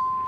欢迎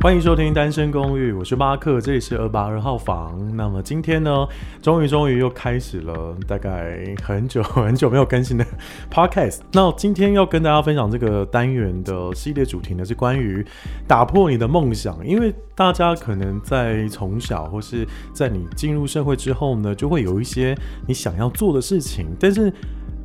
欢迎收听《单身公寓》，我是巴克，这里是二八二号房。那么今天呢，终于终于又开始了，大概很久 很久没有更新的 podcast。那今天要跟大家分享这个单元的系列主题呢，是关于打破你的梦想。因为大家可能在从小或是在你进入社会之后呢，就会有一些你想要做的事情，但是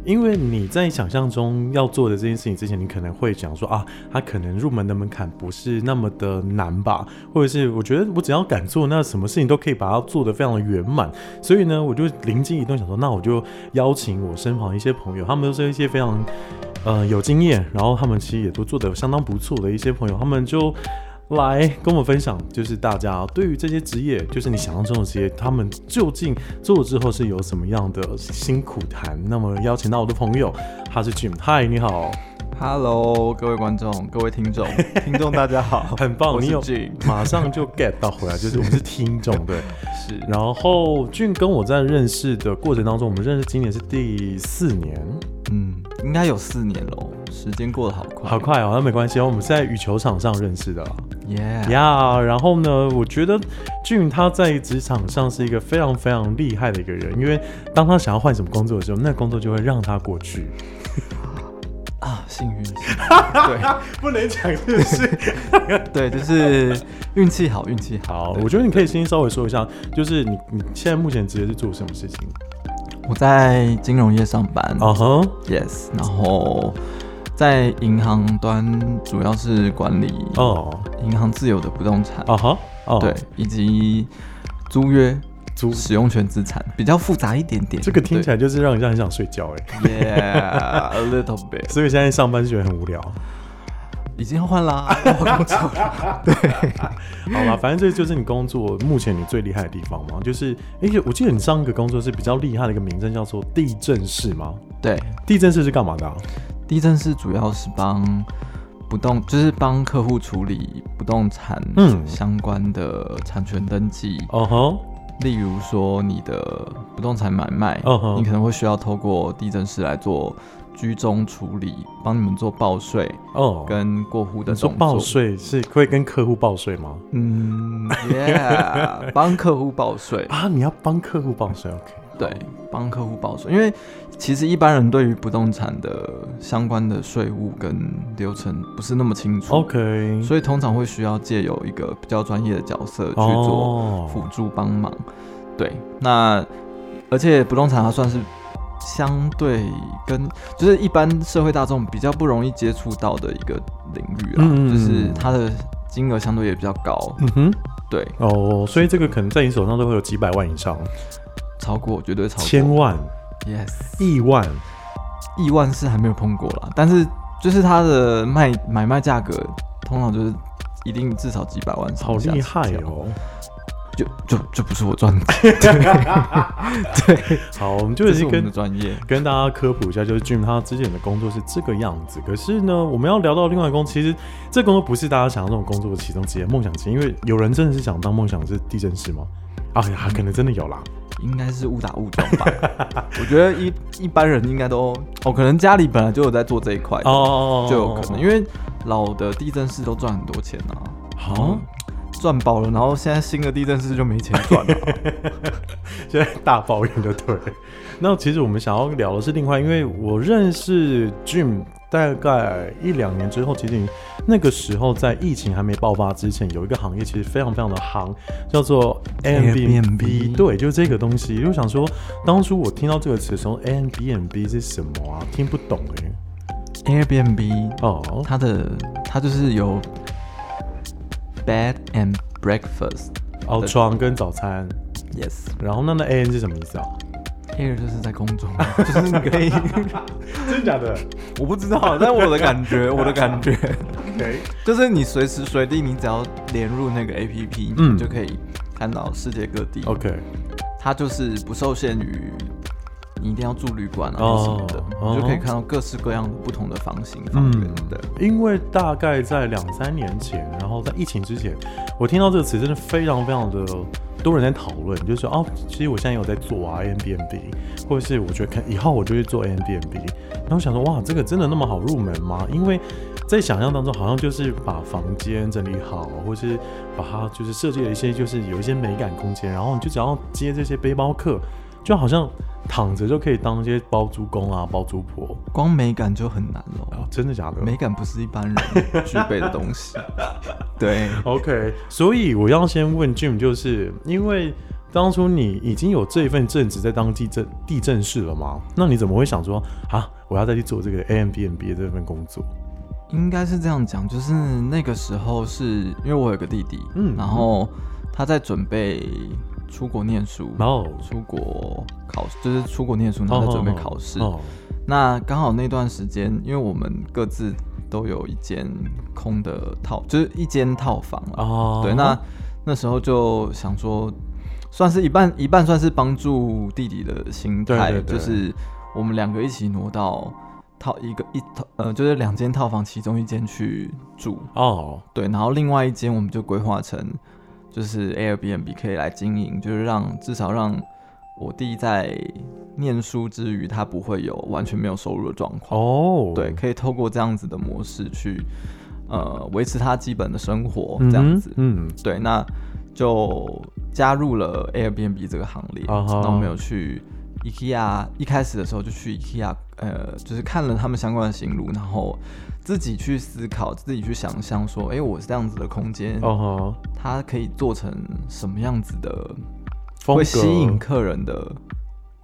因为你在想象中要做的这件事情之前，你可能会想说啊，它可能入门的门槛不是那么的难吧，或者是我觉得我只要敢做，那什么事情都可以把它做得非常的圆满。所以呢，我就灵机一动想说，那我就邀请我身旁一些朋友，他们都是一些非常呃有经验，然后他们其实也都做得相当不错的一些朋友，他们就。来跟我分享，就是大家对于这些职业，就是你想象中的职业，他们究竟做了之后是有什么样的辛苦谈？那么邀请到我的朋友，他是 Jim，嗨，你好， Hello，各位观众，各位 听众，听众大家好，很棒，我你是有 Jim， 马上就 get 到回来，就是我们是听 众对。是然后俊跟我在认识的过程当中，我们认识今年是第四年，嗯，应该有四年喽，时间过得好快，好快哦，那没关系哦，我们是在羽球场上认识的啦。 ，Yeah，呀然后呢，我觉得俊他在职场上是一个非常非常厉害的一个人，因为当他想要换什么工作的时候，那工作就会让他过去。啊，幸运，幸不能讲这个事。运对，就是运气好，运气好。 好，对我觉得你可以先稍微说一下，就是你你现在目前职业是做什么事情？我在金融业上班啊哈， ，Yes，然后在银行端主要是管理哦，银行自有的不动产，啊哈，哦，对，，以及租约。租使用权资产比较复杂一点点，这个听起来来就是让人家很想睡觉哎。 ，Yeah，a little bit。所以现在上班是觉得很无聊。已经换啦、 我工作了。好 啦，反正这就是你工作目前你最厉害的地方嘛，就是，哎、我记得你上一个工作是比较厉害的一个名称，叫做地震室吗？对，地震室是干嘛的、啊？地震是主要是帮不动，就是帮客户处理不动产嗯相关的产权登记，哦吼，例如说你的不动产买卖嗯哼你可能会需要透过地震师来做居中处理，帮你们做报税哦，跟过户的你说动作。报？税是会跟客户报税吗？嗯，Yeah，帮客户报税。啊，你要帮客户报税，OK？对，帮客户报税，因为其实一般人对于不动产的相关的税务跟流程不是那么清楚 OK，所以通常会需要借由一个比较专业的角色去哦做辅助帮忙。对，那而且不动产它算是相对跟就是一般社会大众比较不容易接触到的一个领域啦，嗯就是它的金额相对也比较高，嗯哼，对，哦，所以这个可能在你手上都会有几百万以上，超过绝对超过千万、 ，yes。亿万，亿万是还没有碰过啦，但是就是它的卖买卖价格通常就是一定至少几百万上好下厉起害跳，哦！就就就不是我赚的，好，我们 就这已是经我们跟的专业。跟大家科普一下，就是 Jim 他之前的工作是这个样子。可是呢，我们要聊到另外一个工作，其实这工作不是大家想象那种工作的其中之一，梦想之一。因为有人真的是想当梦想是地震师吗？啊，呀，可能真的有啦。应该是误打误撞吧， 我觉得一一般人应该都哦，可能家里本来就有在做这一块，哦，就有可能，因为老的地震师都赚很多钱啊，好，赚饱了，然后现在新的地震师就没钱 赚了，现在大抱怨就对了。那其实我们想要聊的是另外，因为我认识 Jim 大概一两年之后，其实那个时候在疫情还没爆发之前，有一个行业其实非常非常的夯，叫做 Airbnb。 Airbnb 对，就是这个东西。就想说，当初我听到这个词的时候，Airbnb 是什么啊？听不懂哎、 Airbnb 哦，它的它就是有 bed and breakfast。哦，床跟早餐。 Yes，然后那那 A N 是什么意思啊？ air 就是在空中， 就是你可以，真的假的？我不知道，但我的感觉，我的感觉， OK，就是你随时随地，你只要连入那个 APP，嗯你就可以看到世界各地。 OK，它就是不受限于你一定要住旅馆啊或什么的，哦你就可以哦看到各式各样的不同的房型、房嗯源的。，因为大概在两三年前，然后在疫情之前，我听到这个词真的非常非常的多人在讨论，就是说哦，其实我现在有在做啊 Airbnb，或者是我觉得看以哦后我就去做 Airbnb，然后我想说哇，这个真的那么好入门吗？因为在想象当中，好像就是把房间整理好，或是把它就是设计了一些就是有一些美感空间，然后你就只要接这些背包客，就好像躺着就可以当一些包租公啊、包租婆光美感就很难了、啊，真的假的？美感不是 一般人具备的东西。对， OK，所以我要先问 Jim，就是因为当初你已经有这份正职在当地震地震师了嘛？那你怎么会想说啊，我要再去做这个 a m b n b 的这份工作？应该是这样讲，就是那个时候是因为我有个弟弟，嗯然后他在准备出国念书，然后，出国考就是出国念书，然后在准备考试。哦那刚好那段时间，因为我们各自都有一间空的套，就是一间套房哦啊。哦对，那那时候就想说，算是一半一半，算是帮助弟弟的心态，对对对就是我们两个一起挪到套一个一套，呃，就是两间套房其中一间去住，哦对，然后另外一间我们就规划成就是 Airbnb 可以来经营，就是让至少让我弟在念书之余，他不会有完全没有收入的状况。哦，对，可以透过这样子的模式去呃维持他基本的生活，这样子。嗯哼，对，那就加入了 Airbnb 这个行列。啊哈那我们有去 IKEA，一开始的时候就去 IKEA，呃，就是看了他们相关的行路，然后自己去思考，自己去想象说，哎、我这样子的空间嗯，哦它可以做成什么样子的，哈，会吸引风格客人的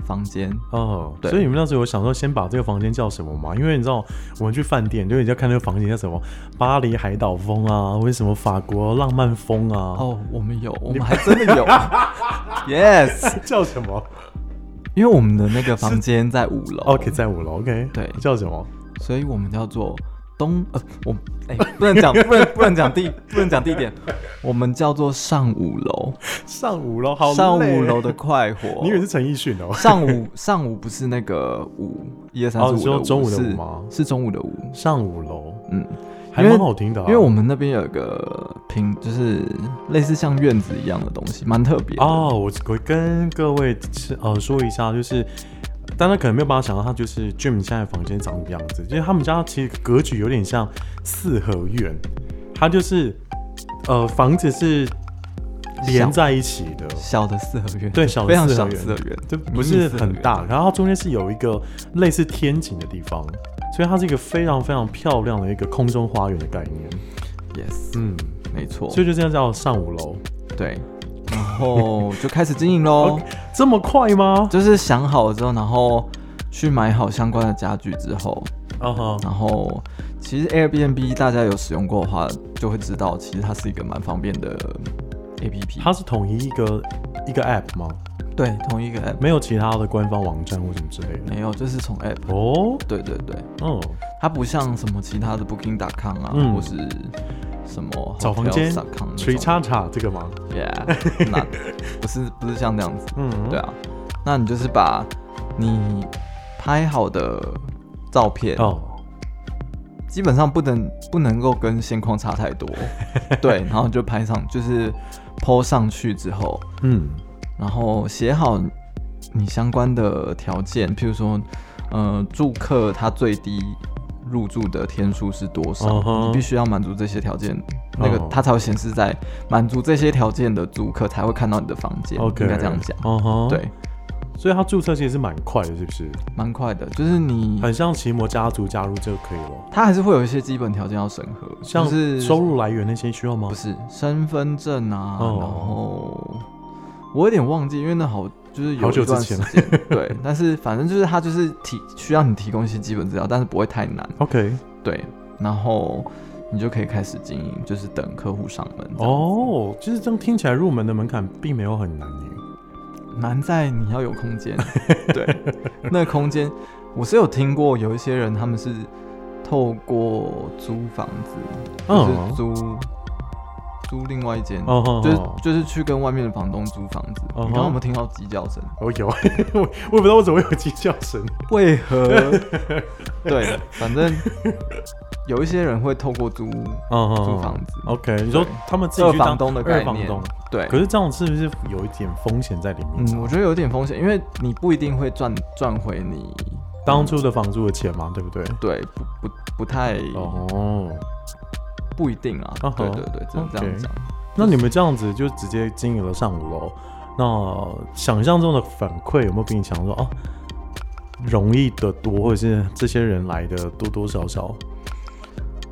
房间。哦，对所以你们那时候有想说先把这个房间叫什么吗？因为你知道我们去饭店，就人家看那个房间叫什么巴黎海岛风啊，或者什么法国浪漫风啊，哦，我们有，我们还真 的有，yes，叫什么因为我们的那个房间在五楼？OK，在五楼，OK，对叫什么？所以我们叫做东呃，我 哎、不能讲，不能不能讲地，不能讲地点，我们叫做上五楼，上五楼，好累上五楼的，快 活。你以为是陈奕迅哦？ 上午上午不是那个五一二三哦四你说五中午午的是午吗是中午的午，上五楼嗯，还因为蛮好听的啊、因为我们那边有一个平，就是类似像院子一样的东西，蛮特别的。哦，我我跟各位呃说一下，就是。大家可能没有办法想到，它就是 Jim 现在的房间长什么样子。就是他们家其实格局有点像四合院，它就是呃房子是连小在一起的，小的四合院，对小的非常四合小院四合院，就迷不你是四合很院大，然后它中间是有一个类似天井的地方，所以它是一个非常非常漂亮的一个空中花园的概念。 ，yes，嗯，没错，所以就这样叫上五楼，对，然后就开始经 营喽。这么快吗？就是想好了之后，然后去买好相关的家具之后，啊哈，然后其实 Airbnb 大家有使用过的话，就会知道其实它是一个蛮方便的 APP。它是统一一个一个 app 吗？对同一个 app 没有其他的官方网站或什么之类的？没有，就是从 app。哦，对对对，嗯，它不像什么其他的 Booking.com 啊，嗯或是什么找房间 Hotels.com 那种锤叉叉这个吗？ ，Yeah，那 不是不是像这样子。嗯，对，啊，那你就是把你拍好的照片哦，基本上不能不能够跟现况差太 多，对，然后就拍上就是 PO 上去之后，嗯，然后写好你相关的条件，譬如说，呃，住客他最低入住的天数是多少嗯哼你必须要满足这些条件，那个哦他才会显示在满足这些条件的租客才会看到你的房间哦 OK，应该这样讲，嗯哼，，对，嗯所以它注册其实是蛮快的，是不是？蛮快的，就是你很像奇摩家族加入就可以了。他还是会有一些基本条件要审核，像就是收入来源那些需要吗不？是身份证啊，哦然后我有点忘记，因为那好就是有好久一段之前时了间，对， 但是反正就是他就是提需要你提供一些基本资料，但是不会太难， OK，对，然后你就可以开始经营，就是等客户上门。哦，哦，其实这样听起来入门的门槛并没有很难耶。难在你要 有空间，对，那空间我是有听过有一些人他们是透过租房子，就嗯是租、租另外一间，哦哦就是哦就是去跟外面的房东租房子。哦你刚刚有没有听到鸡叫声？哦有， 我我也不知道为什么会有鸡叫声。为何？ 对，反正有一些人会透过租嗯嗯租房子 OK，你说对他们自己二去当房东的二概房念东，，对。可是这样是不是有一点风险在里面？嗯，我觉得有点风险，因为你不一定会赚赚回你当初的房租的钱嘛，对不对？对不不不太、哦，不一定啊。啊哈对对对，只能这样 OK 讲。那你们这样子就直接经营了上五楼，那想象中的反馈有没有比你想象中哦容易的多，或者是这些人来的多多少少？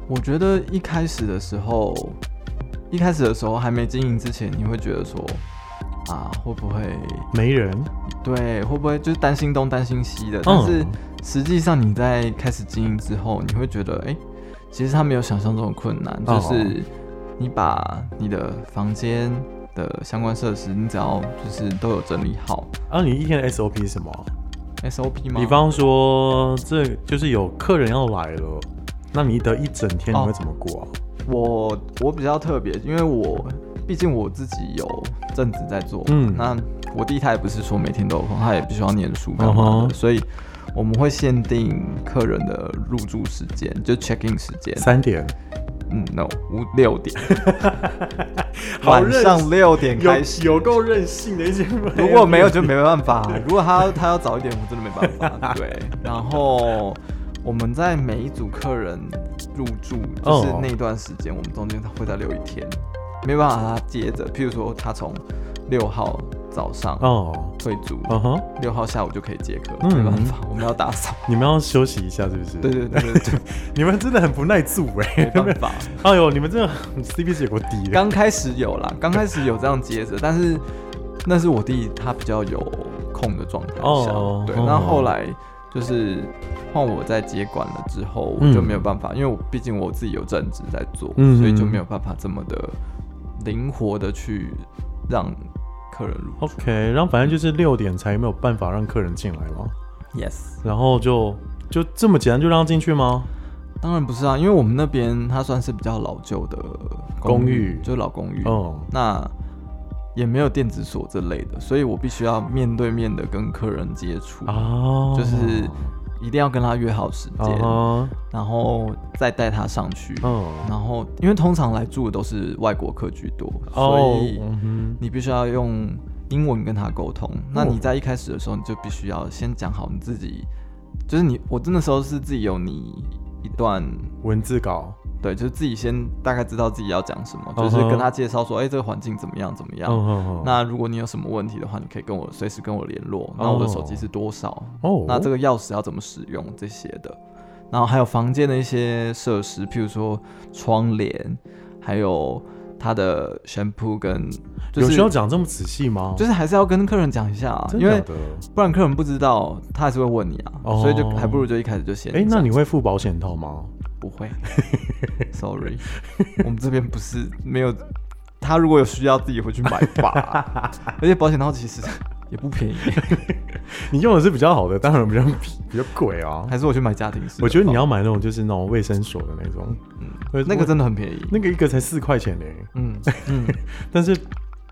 我觉得一开始的时候，一开始的时候还没经营之前，你会觉得说啊，会不会没人，对，会不会就是担心东担心西的？但是嗯，实际上你在开始经营之后，你会觉得，哎、其实它没有想象中的困难，哦就是你把你的房间的相关设施，你只要就是都有整理好啊，你一天的 SOP 是什么啊？ SOP 吗？比方说，这就是有客人要来了，那你的一整天你哦会怎么过啊？我我比较特别，因为我毕竟我自己有正职在做，嗯嗯，那我弟他也不是说每天都有空，他也必须要念书干嘛的嗯哼所以我们会限定客人的入住时间，就 check in 时间，三点，嗯，no，五六 点，好晚任上六点有开始。有够任性的一些。如果没有就没办法，啊如果他他要早一点，我真的没办 法。对，然后我们在每一组客人入住，就是哦那一段时间，我们中间会再留一天，没办法，他接着，譬如说他从六号早上哦，退租，嗯哼，六、号下午就可以接客，嗯没办法，我们要打扫。你们要休息一下是不是？对对对 对对，你们真的很不耐住哎、没办法。 哎呦，你们真的很 CP 值有够低的。刚开始有啦，刚开始有这样接着，但是那是我弟他比较有空的状态下，哦对。哦那后来就是换我在接管了之后，嗯我就没有办法，因为我毕竟我自己有正职在做，嗯所以就没有办法这么的灵活的去让客人入住。 OK，然后反正就是六点才没有办法让客人进来嘛， Yes，然后就就这么简单就让他进去吗？当然不是啊，因为我们那边它算是比较老旧的公寓寓，就是老公寓。嗯，那也没有电子锁这类的，所以我必须要面对面的跟客人接触，啊，就是一定要跟他约好时啊间，哈，然后再带他上去。嗯，然后，因为通常来住的都是外国客居多，哦所以嗯你必须要用英文跟他沟通。哦那你在一开始的时候，你就必须要先讲好你自己，就是你，我那时候是自己有你一段哼文字稿，对，就是自己先大概知道自己要讲什么，嗯哼就是跟他介绍说，哎、这个环境怎么样怎么样。嗯哼哼，那如果你有什么问题的话，你可以跟我随时跟我联络。那我的手机是多少？哦，那这个钥匙要怎么使用这些的？然后还有房间的一些设施，譬如说窗帘，还有它的 shampoo 跟，就有是需要讲这么仔细吗？就是还是要跟客人讲一下、啊，真因的为假的？不然客人不知道，他还是会问你啊。哦所以就还不如就一开始就先哎、讲。那你会付保险套吗？不 会，sorry，我们这边不是没有。他如果有需要，自己回去买吧。 而且保险套其实也不便宜，你用的是比较好的，当然比较比较贵啊。还是我去买家庭式的吧。我觉得你要买那种就是那种卫生所的那种，嗯那个真的很便宜。那个一个才四块钱呢、嗯嗯，但是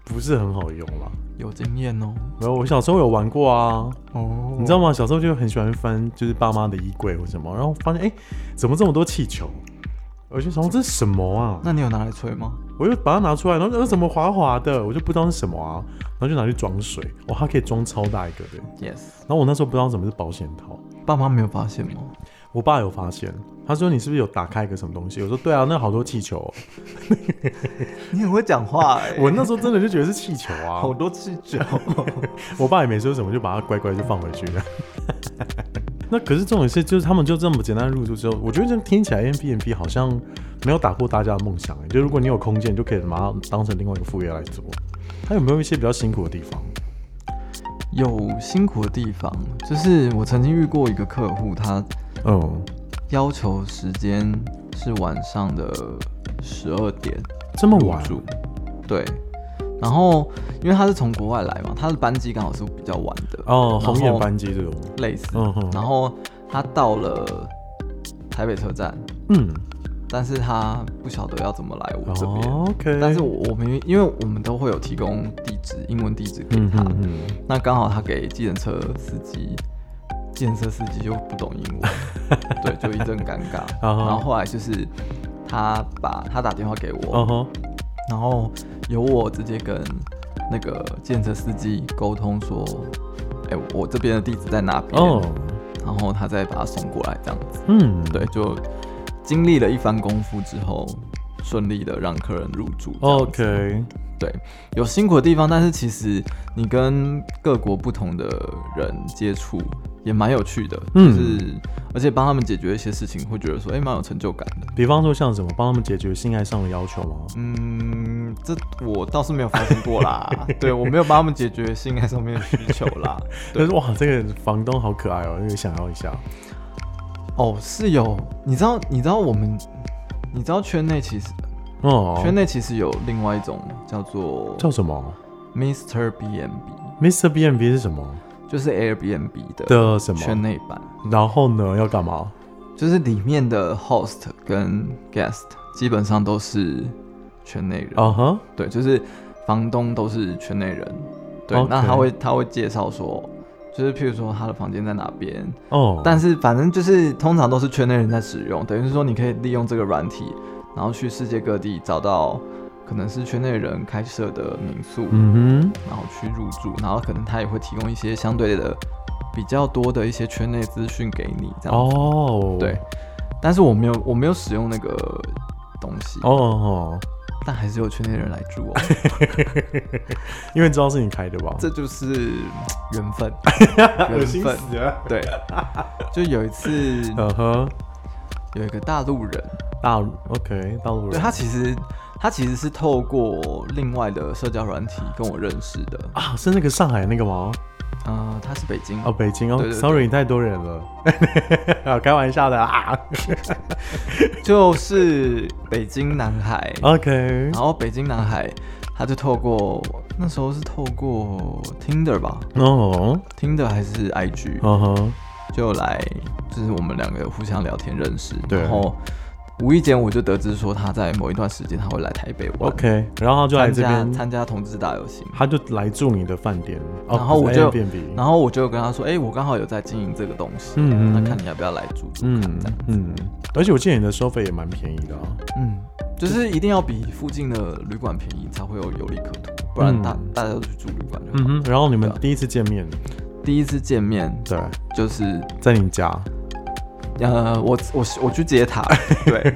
不是很好用啦。有经验哦。然后我小时候有玩过啊，哦你知道吗？小时候就很喜欢翻就是爸妈的衣柜或什么，然后发现哎、诶怎么这么多气球？我就想这是什么啊？那你有拿来吹吗？我就把它拿出来，然后呃怎么滑滑的，我就不知道是什么啊，然后就拿去装水，哇，它可以装超大一个的。 Yes，然后我那时候不知道什么是保险套，爸妈没有发现吗？我爸有发现，他说你是不是有打开一个什么东西？我说对啊，那好多气球哦、 你很会讲话哎、我那时候真的就觉得是气球啊 好，多哦次酒。我爸也没说什么，就把它乖乖就放回去了。 那可是这种事，就是他们就这么简单入住之后，我觉得这听起来 M B N B 好像没有打破大家的梦想、欸。就如果你有空间，你就可以把它当成另外一个副业来做。它有没有一些比较辛苦的地方？ 有辛苦的地方，就是我曾经遇过一个客户，他哦嗯，要求时间是晚上的十二点这么入晚，住，对。然后因为他是从国外来嘛，他的班机刚好是比较晚的哦，然后红眼班机这种，类似，嗯哼然后他到了。台北车站，嗯，但是他不晓得要怎么来我这边。哦 OK，但是我我们因为我们都会有提供地址，英文地址给嗯他，嗯嗯，那刚好他给计程车司机，计程车司机又不懂英 文，对，就一阵尴尬。啊然哈后后来就是他把他打电话给我，哦吼，然后由我直接跟那个计程车司机沟通说，哎、我这边的地址在哪边哦，然后他再把他送过来这样子。嗯，对，，就经历了一番功夫之后，顺利的让客人入住哦这样子。 OK，对，有辛苦的地方，但是其实你跟各国不同的人接触也蛮有趣的，嗯就是而且帮他们解决一些事情，会觉得说，哎、蛮有成就感的。比方说像什么，帮他们解决性爱上的要求吗？嗯，这我倒是没有发生过啦，对我没有帮他们解决性爱上面的需求啦。但是哇，这个房东好可爱哦，那个想要一下，哦，是有，你知道，你知道我们，你知道圈内其实、哦，圈内其实有另外一种叫做叫什么 Mr. BNB， ？Mr. B N B 是什么就是 Airbnb 的的什圈么？内版。然后呢，要干嘛？就是里面的 host 跟 guest 基本上都是圈内人，啊哈，对，就是房东都是圈内人，对 OK 那他会他会介绍说，就是譬如说他的房间在哪边，哦，但是反正就是通常都是圈内人在使用，等于是说你可以利用这个软体，然后去世界各地找到可能是圈内人开设的民宿，嗯然后去入住，然后可能他也会提供一些相对的比较多的一些圈内资讯给你，这哼，样子哦，对，但是我没有我没有使用那个东西，哦哦，但还是有圈内人来住 哦，因为知道是你开的吧？这就是缘 分，恶缘心分。死了。对，就有一次 嗯哼，有一个大陆人，大 OK 大陆人，对他其实他其实是透过另外的社交软体跟我认识的，啊是那个上海那个吗？呃，他是北京哦，北京哦对对对 s o r r y 太多人 了，开玩笑的啊。就是北京男孩，哦 OK，然后北京男孩他就透过那时候是透过 Tinder 吧哦， ，Tinder 还是 IG，嗯哼，就来，就是我们两个互相聊天认识，对然后无意间我就得知说他在某一段时间他会来台北玩 OK，然后他就来参这加边，参加同志大游行，他就来住你的饭店，哦然后不我是就 Airbnb 然后我就跟他说，哎、我刚好有在经营这个东西，啊嗯嗯那看你要不要来住住看，嗯这样，嗯，而且我记得你的收费也蛮便宜的啊。嗯，就是一定要比附近的旅馆便宜才会有有利可图，不然大、嗯大家都去住旅馆就好。嗯哼，然后你们对啊第一次见面，第一次见面对，就是在你家，呃，我我我去 接他，对，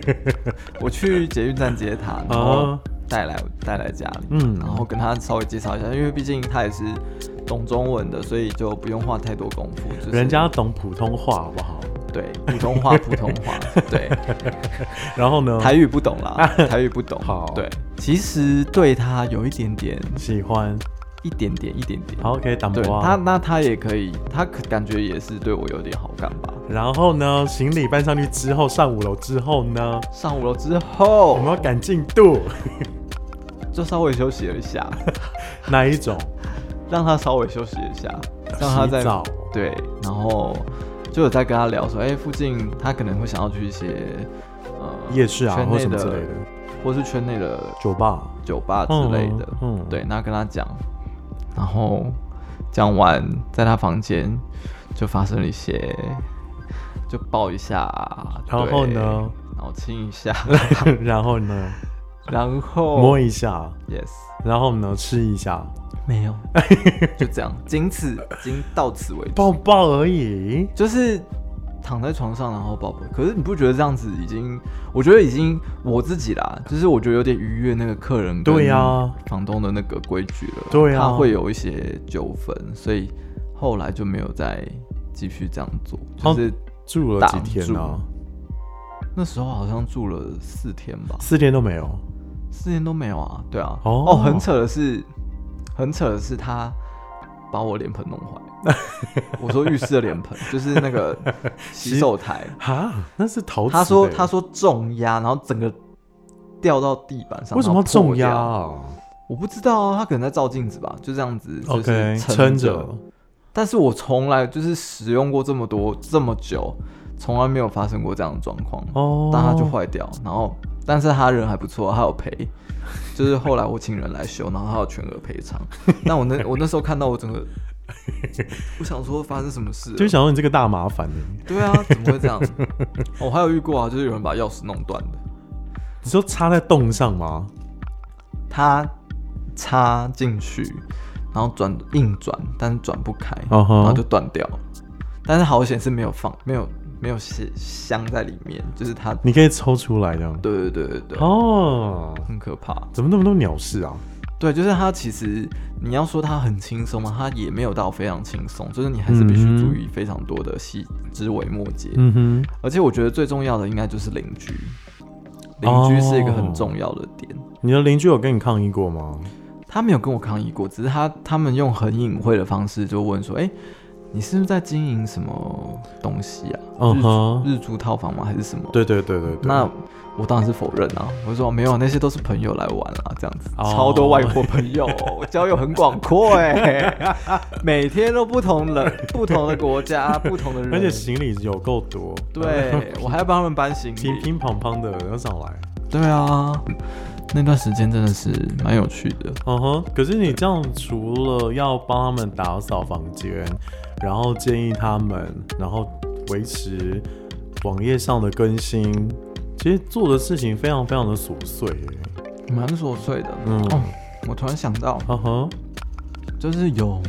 我去捷运站接他，然后啊带来带来家里，嗯然后跟他稍微介绍一下，因为毕竟他也是懂中文的，所以就不用花太多功夫，就是人家懂普通话好不好？对普通话普通 话，对然后呢，台语不懂 啦，台语不懂，嗯好对，其实对他有一点点，喜欢，一点点，一点点，好，OK，打对磨他，那他也可以，他可感觉也是对我有点好感吧。然后呢，行李搬上去之后，上五楼之后呢，上五楼之后我们要赶进 度，就稍微休息了一下，哪一种？让他稍微休息一下，让他在洗澡对，然后就有在跟他聊说，哎、附近他可能会想要去一些呃夜市啊，圈或内什么的，之类的，或是圈内的酒 吧。酒吧之类的，嗯嗯对，那跟他讲，然后讲完，在他房间就发生了一些，就抱一下，然后对呢？然后亲一下， 然后呢，然后摸一下， ，yes，然后呢，吃一下，没有，就这样，仅此，仅到此为止。抱抱而已。就是躺在床上然后抱抱。可是你不觉得这样子已经，我觉得已经我自己啦，就是我觉得有点逾越那个客人跟对呀房东的那个规矩了，对啊呀他会有一些纠纷，所以后来就没有再继续这样做，哦就是。住了几天呢、挡那时候好像住了四天吧，四天都没有。四天都没有啊。对啊，哦很扯的是，很扯的是他把我脸盆弄坏。我说浴室的脸盆，就是那个洗 手台，哈，那是陶瓷的耶。他说他说重压，然后整个掉到地板上。为什么要然后破重压掉啊我不知道啊，他可能在照镜子吧，就这样子就是？OK，撑撑着。但是我从来就是使用过这么多这么久，从来没有发生过这样的状况。哦，但它就坏掉，然后但是他人还不错，他有赔，就是后来我请人来修，然后他有全额赔偿。那我那我那时候看到我整个，我想说发生什么事了？就想说你这个大麻烦呢、对啊，怎么会这样？我、还有遇过啊，就是有人把钥匙弄断的，你说插在洞上吗？他插进去，然后转硬转，但是转不开，哦吼然后就断掉了。但是好险是没有放，没有没有香香在里面，就是他，你可以抽出来这样。对对对对对，哦，很可怕。怎么那么多鸟事啊？对，就是他其实你要说他很轻松嘛，他也没有到非常轻松，就是你还是必须嗯哼注意非常多的细枝微末节。嗯哼，而且我觉得最重要的应该就是邻居，哦邻居是一个很重要的点。你的邻居有跟你抗议过吗？他没有跟我抗议过，只是他他们用很隐晦的方式就问说：“哎、你是不是在经营什么东西啊？嗯哼，日租套房吗？还是什么？”对对对对对。那我当然是否认啊！我就说没有啊，那些都是朋友来玩啊，这样子，哦超多外国 朋友，我交友很广阔哎、 每天都不同人、不同的 国家、不同的人，而且行李有够多， 对我还要帮他们搬行乒李，乒乓乓的要上来。对啊，那段时间真的是蛮有趣的。嗯哼，可是你这样除了要帮他们打扫房间，然后建议他们，然后维持网页上的更新，其实做的事情非常非常的琐碎耶。蛮琐碎的。嗯哦，我突然想到，啊哈，就是有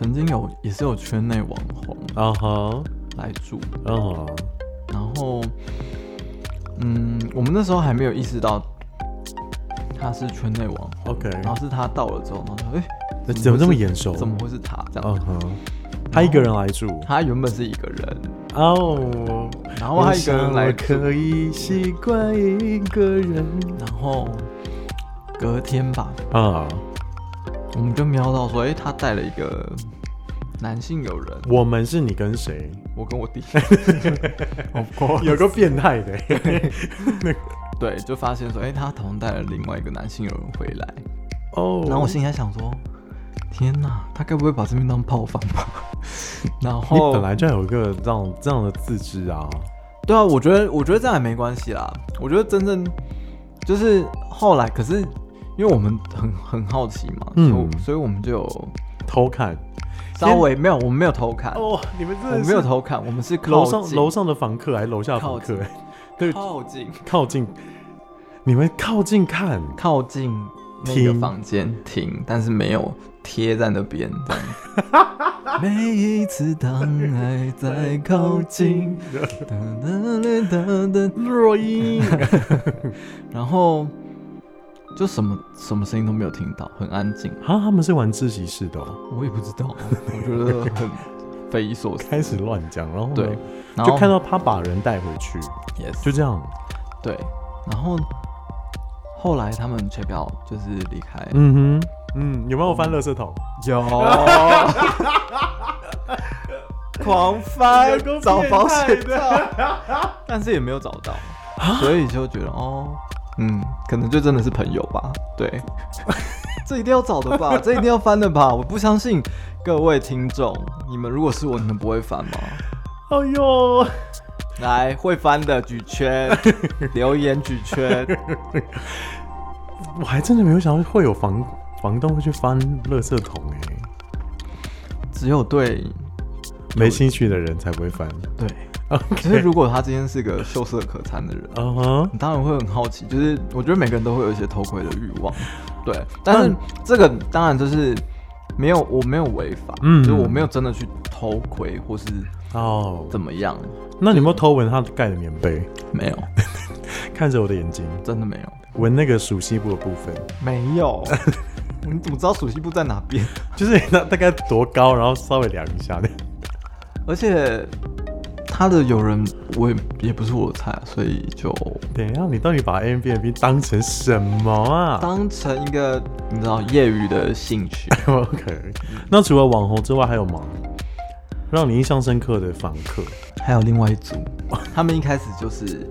曾经有也是有圈内网红啊哈，来住，啊哈，然后，嗯，我们那时候还没有意识到他是圈内网红 OK 然后是他到了之后，然后说，哎、那会怎么这么是眼熟怎么会是他这啊样哈，他一个人来住他原本是一个人，哦，然后他一个人来我住想我可以习惯一个人然后隔天吧，啊，我们就瞄到说，哎、他带了一个男性友人，我们是你跟谁？我跟我弟，有个变态的耶， 对，就发现说，哎、他好像带了另外一个男性友人回来，哦，然后我心里还想说，天哪，他该不会把这边当炮房吧？ 然你后本来就有一个这样这样的自知啊，对啊，我觉得我觉得这样也没关系啦。我觉得真正就是后来，可是因为我们很很好奇嘛，嗯所以所以我们就有偷看稍微没有，我们没有偷看，哦，你们真我的们没有偷看，我们是靠楼上近楼上的房客还是楼下房客哎靠，对，靠近靠近，你们靠近看，靠近那个停房间停，但是没有贴在那边。这样 每一次当爱在靠近，哒哒哒哒哒若音，然后就什么什么声音都没有听到，很安静。啊，他们是玩自习室的哦，我也不知道，我觉得很匪夷所思。开始乱讲，然后呢对，然 后就看到他把人带回去， yes，就这样，对，然后后来他们 check out 就是离开，嗯哼，嗯，有没有翻垃圾桶？有狂翻有够找保险变套， 但是也没有找到，所以就觉得哦，嗯，可能就真的是朋友吧，对， 这一定要找的吧， 这一定要翻的吧，我不相信各位听众，你们如果是我，你们不会翻 吗？哎呦，来，会翻的举圈， 留言举 圈。我还真的没有想到会有房房东会去翻垃圾桶哎、只有对没兴趣的人才不会翻， 对，就是如果他今天是个秀色可餐的人，嗯哼。你当然会很好奇。就是我觉得每个人都会有一些偷窥的欲 望，对。但是这个当然就是没有，我没有违法，嗯就是我没有真的去偷窥或是哦，怎么样，那你有没有偷闻他盖的棉被？没 有，看着我的眼睛，真的没有，闻那个属西部的部分，没 有。你怎么知道暑期部在哪边？就是 那大概多高，然后稍微量一下 的。 而且他的友人我也也不是我的菜，啊所以就等一下，你到底把 M B N B 当成什么啊当成一个你知道业余的兴 趣。 ？OK，那除了网红之外还有吗？让你印象深刻的访客，还有另外一 组，他们一开始就是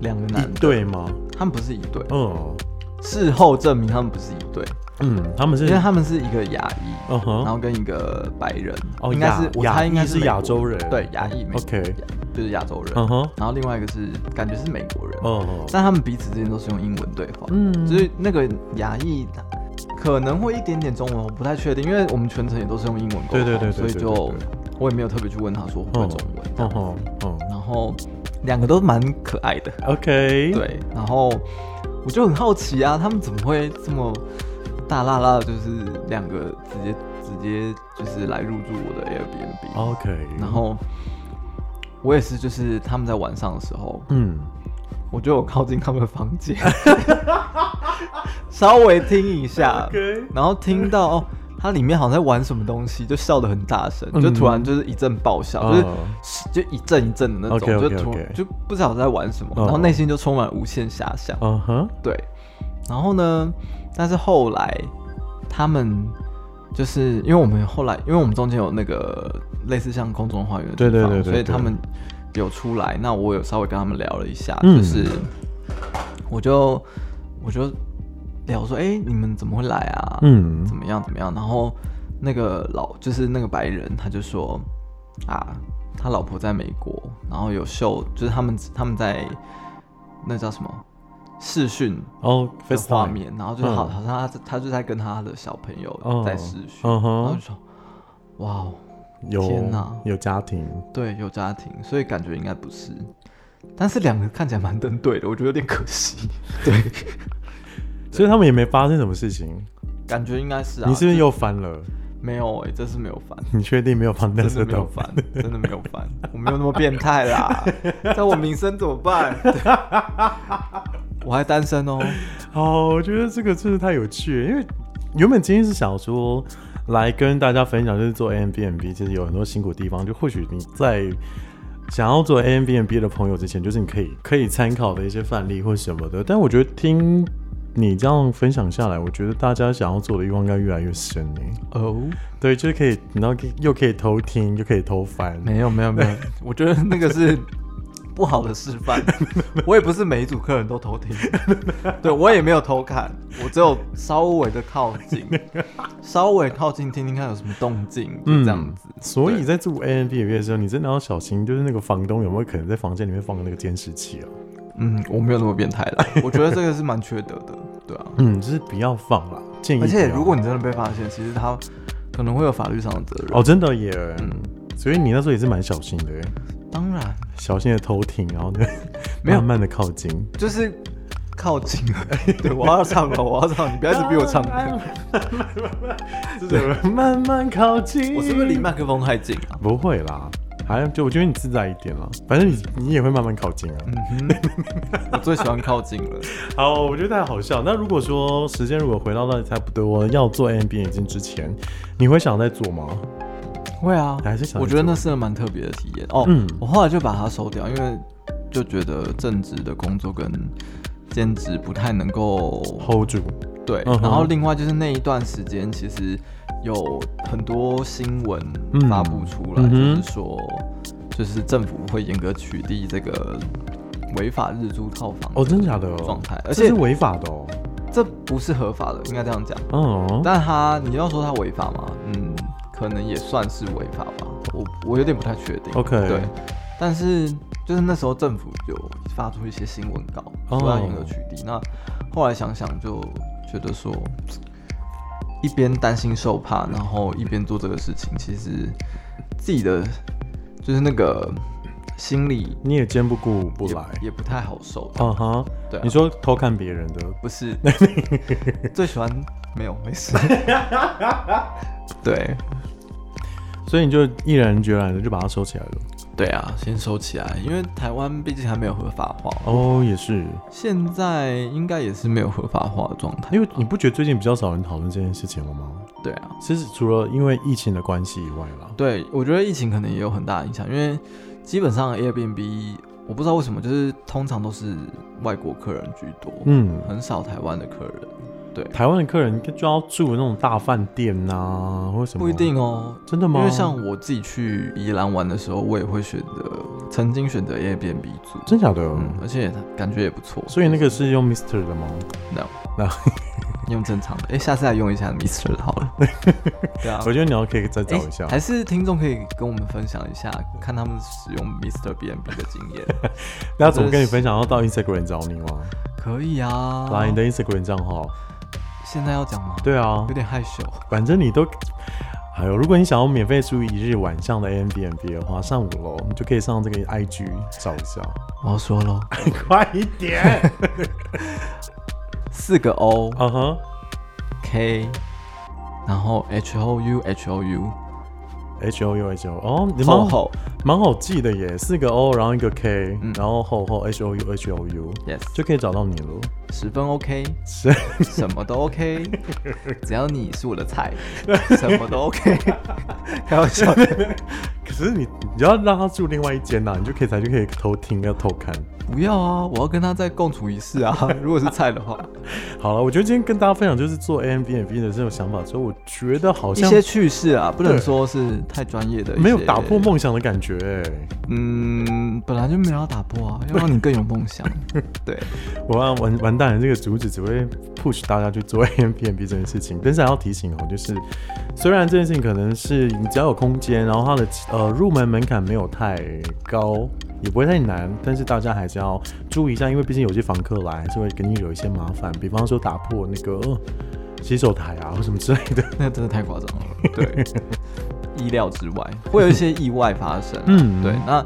两个男一的，对吗？他们不是一对，嗯，事后证明他们不是一对，嗯，他们是因为他们是一个亚裔，嗯哼然后跟一个白人，哦应该是亚我猜应该亚裔是美国亚洲人对，亚裔美 OK 亚就是亚洲人，嗯哼，然后另外一个是感觉是美国人，哦，但他们彼此之间都是用英文对话，嗯就是那个亚裔可能会一点点中文，我不太确定，因为我们全程也都是用英文沟对通，对对对所以对就对对我也没有特别去问他说会不会中文这哦样子，吼，哦然后两个都蛮可爱的， ，OK，对，然后我就很好奇啊，他们怎么会这么大啦啦的，就是两个直接直接就是来入住我的 Airbnb，、 ，OK，然后我也是就是他们在晚上的时候，嗯，我就有靠近他们的房 间，稍微听一 下 OK 然后听到哦，他里面好像在玩什么东西，就笑得很大声，嗯就突然就是一阵爆笑，哦就是就一阵一阵的那种 OK，OK，就突 OK 就不知道在玩什么哦然后内心就充满无限遐想。嗯哼，对，然后呢，但是后来他们就是因为我们后来，因为我们中间有那个类似像空中花园的地对方，对对对所以对他们有出来，那我有稍微跟他们聊了一下，嗯就是我就我就聊说，哎、你们怎么会来啊？嗯怎么样怎么样？然后那个老就是那个白人，他就说啊，他老婆在美国，然后有秀，就是他们他们在那叫什么视讯哦的，FaceTime 画面，然后就好嗯好像他他就在跟他的小朋哦友在视讯，嗯哼然后就说哇哦，有天哪有家庭，对，有家庭，所以感觉应该不是。但是两个看起来蛮登对的，我觉得有点可 惜。对，所以他们也没发生什么事情。感觉应该是啊。你是不就是又翻了？没有、欸？这次没有翻。你确定没有翻？但真是的没有翻，真的没有翻，我没有那么变态啦，那我名声怎么办？ 我还单身哦，好，我觉得这个真是太有趣了，因为原本今天是想说来跟大家分享，就是做 a m b n b 其实有很多辛苦的地方，就或许你在想要做 a m b n b 的朋友之前，就是你可以可以参考的一些范例或什么的。但我觉得听你这样分享下来，我觉得大家想要做的欲望应该越来越深呢。哦，对，就是可以，然后可以又可以偷听，又可以偷翻。没有没有没有，我觉得那个是不好的示范，我也不是每一组客人都偷听，对我也没有偷看，我只有稍微的靠近，稍微靠近听听看有什么动静，就这样子，所以在住 a m b n b 的时候，你真的要小心，就是那个房东有没有可能在房间里面放那个监视器啊？嗯，我没有那么变态啦，我觉得这个是蛮缺德的，对啊，嗯，就是不要放啦，建议不而要。且如果你真的被发现，其实他可能会有法律上的责任。哦，真的耶，嗯所以你那时候也是蛮小心的耶，当然，小心的偷听，然后呢，没有慢慢的靠近。就是靠近而已。对，我要唱了，我要唱，你不要一直逼我唱。对， 慢慢靠近。我是不是离？麦克风太近啊了、不会啦，还就我觉得你自在一点啦，反正你你也会慢慢靠近啊。嗯哼， 我最喜欢靠近了。好，我觉得太好笑。那如果说时间如果回到那里差不多要做 M B 眼镜之前，你会想再做吗？会啊还是想我觉得那是个蛮特别的体验哦。嗯我后来就把它收掉，因为就觉得正职的工作跟兼职不太能够 hold 住，对，嗯哼然后另外就是那一段时间，其实有很多新闻嗯发布出来，嗯哼就是说，就是政府会严格取缔这个违法日租套房哦，真的假的？状态，而而且且是违法的哦。这不是合法的，应该这样讲。嗯，但他你要说他违法吗？嗯，可能也算是违法吧，我我有点不太确定。 OK 对，但是就是那时候政府有发出一些新闻稿，哦说要严格取缔。那后来想想就觉得说，一边担心受怕，然后一边做这个事情，其实自己的就是那个心理你也兼不顾不也来。也不太好受吧。嗯哼，对啊你说偷看别人的，不是，最喜欢没有没事。对，所以你就毅然决然的就把它收起来了。对啊，先收起来，因为台湾毕竟还没有合法化，哦，也是，现在应该也是没有合法化的状态。因为你不觉得最近比较少人讨论这件事情了吗？对啊，其实除了因为疫情的关系以外啦，对我觉得疫情可能也有很大的影响，因为基本上 Airbnb 我不知道为什么，就是通常都是外国客人居多，嗯，很少台湾的客人。对，台湾的客人就要住那种大饭店呐、或什么？不一，定哦。真的吗？因为像我自己去宜兰玩的时候，我也会选择曾经选择 Airbnb 住，真假的、嗯，而且哦感觉也不错。所以那个是用 Mister 的吗？用正常的，哎、下次来用一下 Mister 好 了。对啊，哎我觉得你要可以再找诶一下。还是听众可以跟我们分享一下，看他们使用 Mister B N B 的经 验。那怎么跟你分享？要到 Instagram 找你吗？可以啊，来你的 Instagram 账号。现在要讲吗？，对啊有，点害羞。反正你都，哎呦，如果你想要免费住一日晚上的 a m b n b 的话，上五楼你就可以上这个 IG 找一下。我要说喽，快一 点！四个 O 啊哈 K，然后 H O U H O U， ，H O U H O，哦，你厚蛮好厚蛮好记的耶，四个 O，然后一个 K，、嗯然后后后 H O U H O U ，yes，就可以找到你了。十分 OK，是，什么都 OK，只要你是我的菜，什么都 OK。开玩笑，可是你你要让他住另外一间呐、你就可以才就可以偷听要偷看。不要啊！我要跟他再共处一室啊！ 如果是菜的话，好了，我觉得今天跟大家分享就是做 a m b n b 的这种想法之后，我觉得好一像些趣事啊，不对能说是太专业的，没有打破。梦想的感觉哎、嗯，本来就没有要打破啊，要让你更有梦 想。对，我完完完蛋了，这个主旨只会 push 大家去做 a m b n b 这件事情。但是还要提醒哦，就是虽然这件事情可能是你只要有空间，然后它的呃入门门槛没有太高，也不会太难，但是大家还是要注意一下，因为毕竟有些房客来还是会给你惹一些麻烦，比方说打破那个、呃洗手台啊或什么之类的。那真的太夸张了。 对，意料之外，会有一些意外发生啊。嗯对，那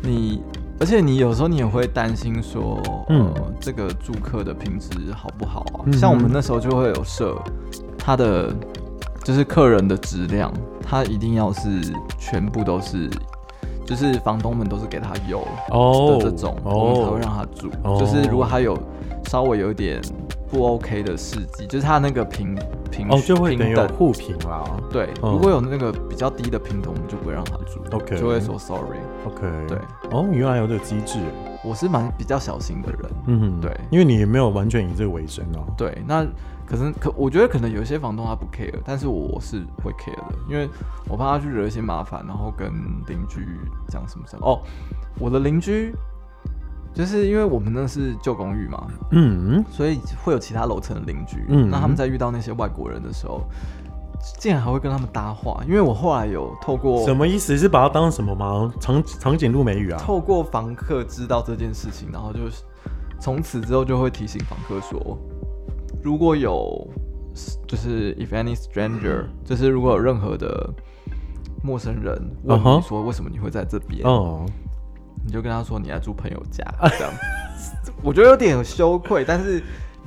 你。而且你有时候你也会担心说，嗯呃，这个住客的品质好不好啊？嗯像我们那时候就会有设他的就是客人的质量，他一定要是全部都是，就是房东们都是给他有哦的这种，嗯我们才会让他住。哦就是如果他有稍微有一点不 OK 的事迹，就是他那个平平哦，就会等于平有等。互评啦。对，嗯如果有那个比较低的平等，我们就不会让他住 OK 就会说 sorry。 OK，对，哦，原来有这个机制，我是蛮比较小心的人，嗯，对因为你也没有完全以这个为生哦。对，那可能可我觉得可能有些房东他不 care，但是我是会 care 的，因为我怕他去惹一些麻烦，然后跟邻居讲什么什么。哦，我的邻居就是因为我们那是旧公寓嘛，嗯，所以会有其他楼层的邻居，嗯那他们在遇到那些外国人的时候，竟然还会跟他们搭话，因为我后来有透过什么意思？是把它当成什么吗？长长颈鹿美语啊？透过房客知道这件事情，然后就是从此之后就会提醒房客说，如果有就是 if any stranger，就是嗯如果有任何的陌生人问嗯哼你说为什么你会在这边哦，你就跟他说你来住朋友家，这样。 我觉得有点羞愧，但是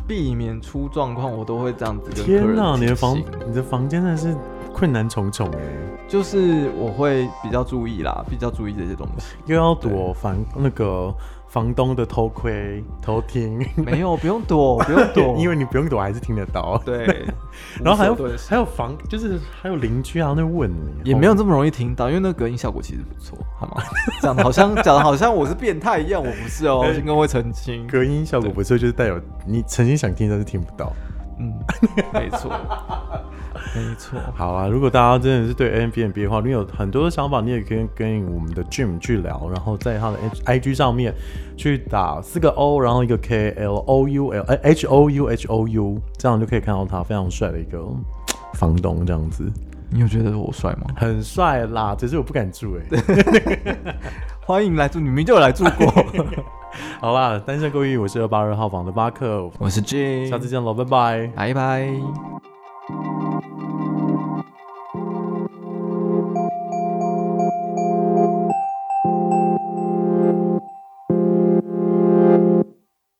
避免出状况，我都会这样子跟客天人哪，提你的房醒你的房间真的是困难重重哎、就是我会比较注意啦，比较注意这些东 西。又要躲房那个房东的偷窥偷听，没有，不用躲，不用 躲，因为你不用躲还是听得到。对， 然后还无所有遁形还有房，就是还有邻居啊，那问你也没有这么容易听到，因为那隔音效果其实不错，好吗？ 讲的好像讲的好像我是变态一样，我不是哦，先跟我澄清。隔音效果不错，就是带有你曾经想听但是听不到。嗯，没错，没错，好啊，如果大家真的是对 a m b n b 的话，你有很多的想法，你也可以跟我们的 Jim 去聊，然后在他的 I G 上面去打四个 O，然后一个 K L O U L 哎 H O U H O U，这样就可以看到他非常帅的一个嗯房东，这样子你有觉得我帅吗？很帅啦，只是我不敢住哎、欢迎来住，你们就有来住 过。好啦，单身公寓，我是二八二号房的巴克，我是 J，下次见喽，拜拜。拜拜。